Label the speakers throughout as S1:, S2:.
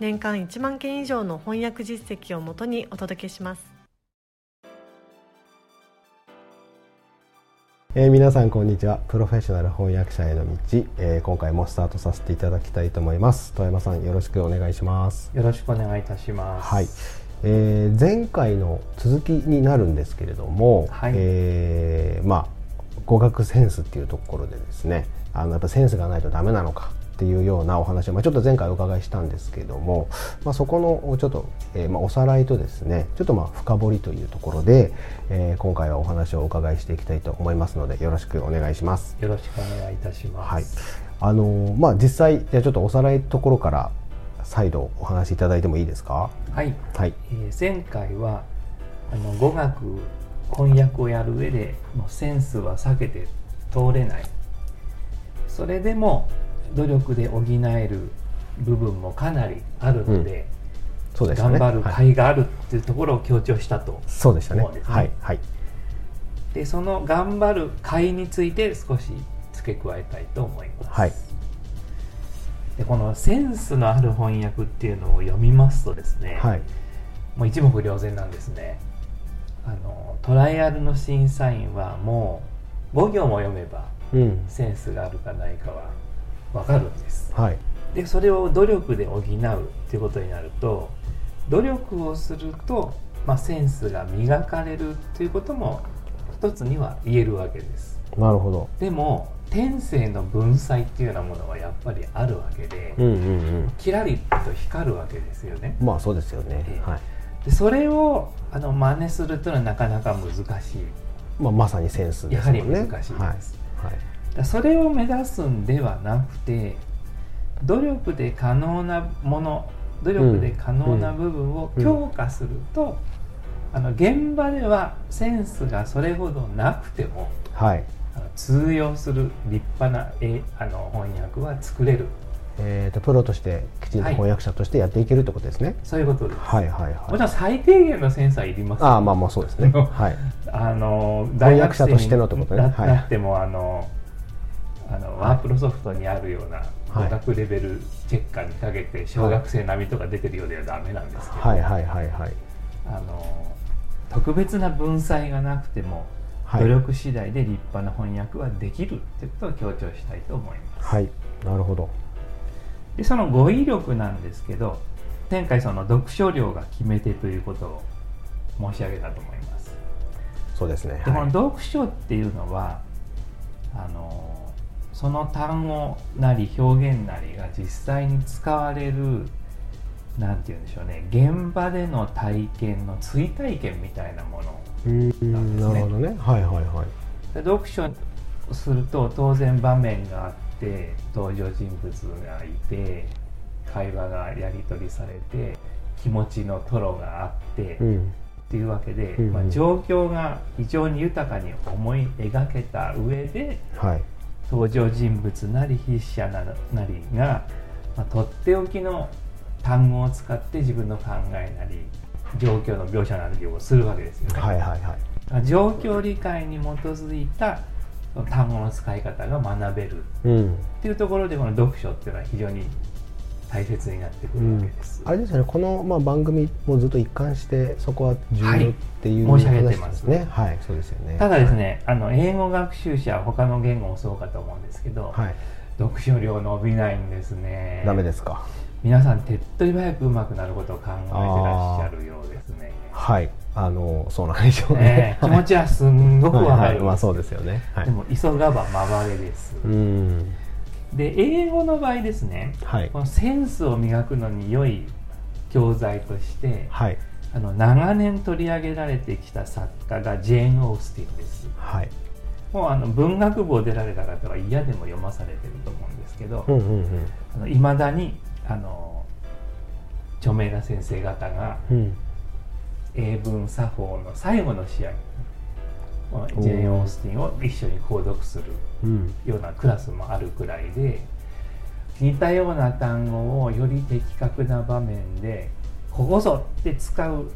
S1: 年間1万件以上の翻訳実績をもとにお届けします
S2: えー皆さんこんにちはプロフェッショナル翻訳者への道、えー今回もスタートさせていただきたいと思います遠山さんよろしくお願いします
S3: よろしくお願いいたします。
S2: はい、えー前回の続きになるんですけれども、
S3: はい
S2: えーまあ語学センスっていうところでですねあのやっぱセンスがないとダメなのかっていうようなお話を、まあ、ちょっと前回お伺いしたんですけども、まあ、そこのちょっと、えーまあ、おさらいとですねちょっとまあ深掘りというところで、えー今回はお話をお伺いしていきたいと思いますのでよろしくお願いします。
S3: よろしくお願いいたします。
S2: はい。あのーまあ実際じゃあちょっとおさらいところから再度お話しいただいてもいいですか。
S3: はい
S2: はい。
S3: えー前回はあの語学翻訳をやる上でもうセンスは避けて通れない。それでも努力で補える部分もかなりあるので、
S2: そうでした
S3: 頑
S2: ね。
S3: 張る甲
S2: はい。
S3: 斐があるっていうところを強調したと。
S2: そうでしたね
S3: そうですね
S2: はいはい
S3: でその頑張る甲斐について少し付け加えたいと思います。
S2: はい
S3: でこのセンスのある翻訳っていうのを読みますとですね、
S2: はい
S3: もう一目瞭然なんですねあのトライアルの審査員はもう5行も読めば
S2: うん
S3: センスがあるかないかは分かるんです
S2: はい
S3: でそれを努力で補うっていうことになると努力をすると、まあ、センスが磨かれるということも一つには言えるわけです
S2: なるほど
S3: でも天性の文才っていうようなものはやっぱりあるわけで、
S2: うんうんうん
S3: キラリと光るわけですよね
S2: まあそうですよね
S3: ええ
S2: はい
S3: でそれをあの真似するというのはなかなか難しい
S2: まあまさにセンスで
S3: や
S2: すも
S3: は
S2: んね
S3: り難しいです、
S2: はいはい
S3: だそれを目指すんではなくて努力で可能なもの努力で可能な部分を
S2: うん
S3: 強化すると、あの現場ではセンスがそれほどなくても
S2: はい
S3: あの通用する立派なえあの翻訳は作れる
S2: えーとプロとしてきちんと
S3: はい
S2: 翻訳者としてやっていけるってことですね
S3: そういうことです、
S2: はいはい
S3: もち
S2: はい
S3: ろん最低限のセンスはいります
S2: ああまあまあそうですねはい
S3: あの
S2: 翻訳者としてのってことね
S3: 大学生
S2: は
S3: に
S2: い
S3: ななっても、あのあのワープロソフトにあるような
S2: はい
S3: 語学レベルチェッカーにかけて小学生並みとか出てるようではダメなんですけど、
S2: はいはいはいはい
S3: あの特別な文才がなくても
S2: はい
S3: 努力次第で立派な翻訳はできるっていうことを強調したいと思います。
S2: はいなるほど
S3: でその語彙力なんですけど前回その読書量が決め手ということを申し上げたと思います。
S2: そうですね
S3: でこ
S2: は
S3: の
S2: い
S3: 読書っていうのはあのその単語なり表現なりが実際に使われるなんて言うんでしょうね現場での体験の追体験みたいなもの
S2: うーんなるほどねはいはいはい
S3: で読書をすると当然場面があって登場人物がいて会話がやり取りされて気持ちのトロがあって、
S2: うん
S3: っていうわけで、
S2: うんうん
S3: まあ、状況が非常に豊かに思い描けた上で
S2: はい
S3: 登場人物なり筆者ななりが、まあ、とっておきの単語を使って自分の考えなり状況の描写なりをするわけですよね。
S2: はいはいはい
S3: まあ状況理解に基づいたその単語の使い方が学べるっ
S2: うん
S3: ていうところでこの読書っていうのは非常に大切になってくるわけです。
S2: あれですよねこの、まあ、番組もずっと一貫してそこは重
S3: は
S2: 要
S3: い
S2: っていう、
S3: 申し上げて
S2: 話
S3: ます
S2: ですねはいそうですよね
S3: ただですね、あの英語学習者は他の言語もそうかと思うんですけど、
S2: はい
S3: 読書量伸びないんですね
S2: ダメですか
S3: 皆さん手っ取り早く上手くなることを考えてらっしゃるようですね
S2: はいあのそうなんでしょうね
S3: ねえ気持ちはすんごくわか
S2: はい、
S3: る、
S2: まあそうですよねはい
S3: でも急がば回れです、
S2: うん
S3: で英語の場合ですね
S2: はい
S3: このセンスを磨くのに良い教材として
S2: はい
S3: あの長年取り上げられてきた作家がジェーン・オースティンです
S2: はい
S3: もうあの文学部を出られた方は嫌でも読まされてると思うんですけど、
S2: うんうんうん
S3: いまだにあの著名な先生方が
S2: うん
S3: 英文作法の最後の試合まあ
S2: おー
S3: ジェーン・オースティンを一緒に購読する
S2: うん
S3: ようなクラスもあるくらいで似たような単語をより的確な場面でここぞって使う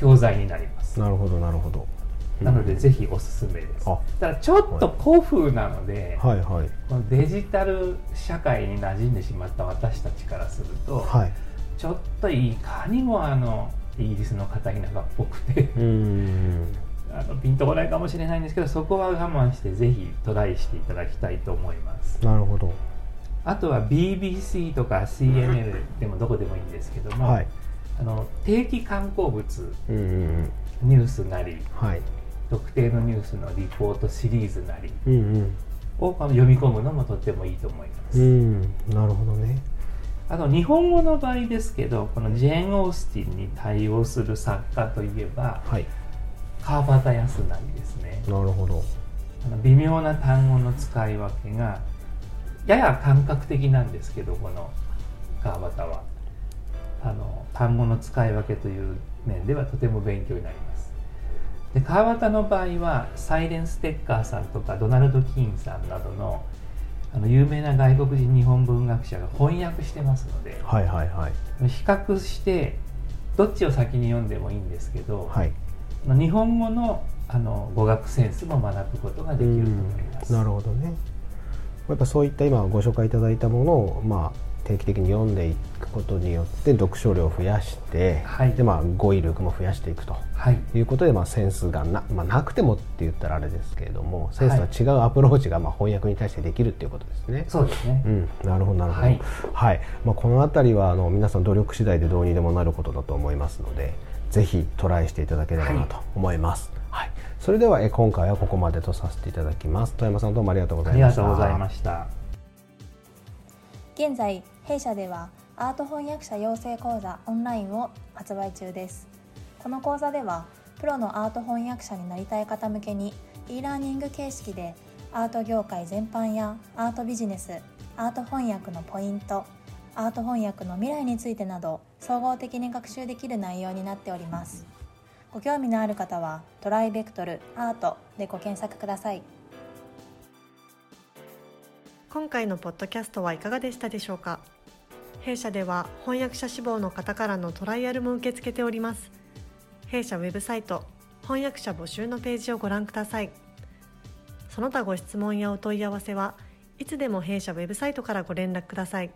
S3: 教材になります。
S2: なるほどなるほど
S3: なのでぜひおすすめです。
S2: あ
S3: ただちょっと古風なので、
S2: はいはい
S3: このデジタル社会に馴染んでしまった私たちからすると、
S2: はい
S3: ちょっといかにもあのイギリスの片田舎っぽくて
S2: うん
S3: あのピンとこないかもしれないんですけどそこは我慢してぜひトライしていただきたいと思います
S2: なるほど
S3: あとは BBC とか CNN でもどこでもいいんですけども、
S2: はい
S3: あの定期刊行物
S2: うんうんうん
S3: ニュースなり
S2: はい
S3: 特定のニュースのリポートシリーズなり
S2: うん
S3: をこの読み込むのもとってもいいと思いま
S2: う
S3: す、
S2: んうんなるほどね
S3: あと日本語の場合ですけどこのジェーン・オースティンに対応する作家といえば
S2: はい
S3: 川端康成ですね
S2: なるほど
S3: あの微妙な単語の使い分けがやや感覚的なんですけどこの川端はあの単語の使い分けという面ではとても勉強になりますで川端の場合はサイレン・ステッカーさんとかドナルド・キーンさんなどのあの有名な外国人日本文学者が翻訳してますので
S2: はいはいはい
S3: 比較してどっちを先に読んでもいいんですけど、
S2: はい
S3: まあ日本語のあの語学センスも学ぶことができると思います。
S2: なるほどねやっぱそういった今ご紹介いただいたものを、まあ、定期的に読んでいくことによって読書量を増やして、
S3: はい
S2: でまあ、語彙力も増やしていくと
S3: はい、
S2: いうことで、まあ、センスがな,、まあ、なくてもって言ったらあれですけれどもセンスとは違うアプローチがまあ翻訳に対してできるっていうことですね。
S3: そうですね
S2: う。ん、なるほどなるほど、は
S3: はいい
S2: まあ、この辺りはあの皆さん努力次第でどうにでもなることだと思いますのでぜひトライしていただければなと思います、はいそれではえ今回はここまでとさせていただきます富山さんどうもありがとうござ
S3: あ
S2: い
S3: り
S2: ま
S3: が
S2: した
S3: とうございました。
S4: 現在弊社ではアート翻訳者養成講座オンラインを発売中ですこの講座ではプロのアート翻訳者になりたい方向けに e ラーニング形式でアート業界全般やアートビジネスアート翻訳のポイントアート翻訳の未来についてなど総合的に学習できる内容になっておりますご興味のある方は「トライベクトルアート」でご検索ください
S1: 今回のポッドキャストはいかがでしたでしょうか弊社では翻訳者志望の方からのトライアルも受け付けております弊社ウェブサイト翻訳者募集のページをご覧くださいその他ご質問やお問い合わせはいつでも弊社ウェブサイトからご連絡ください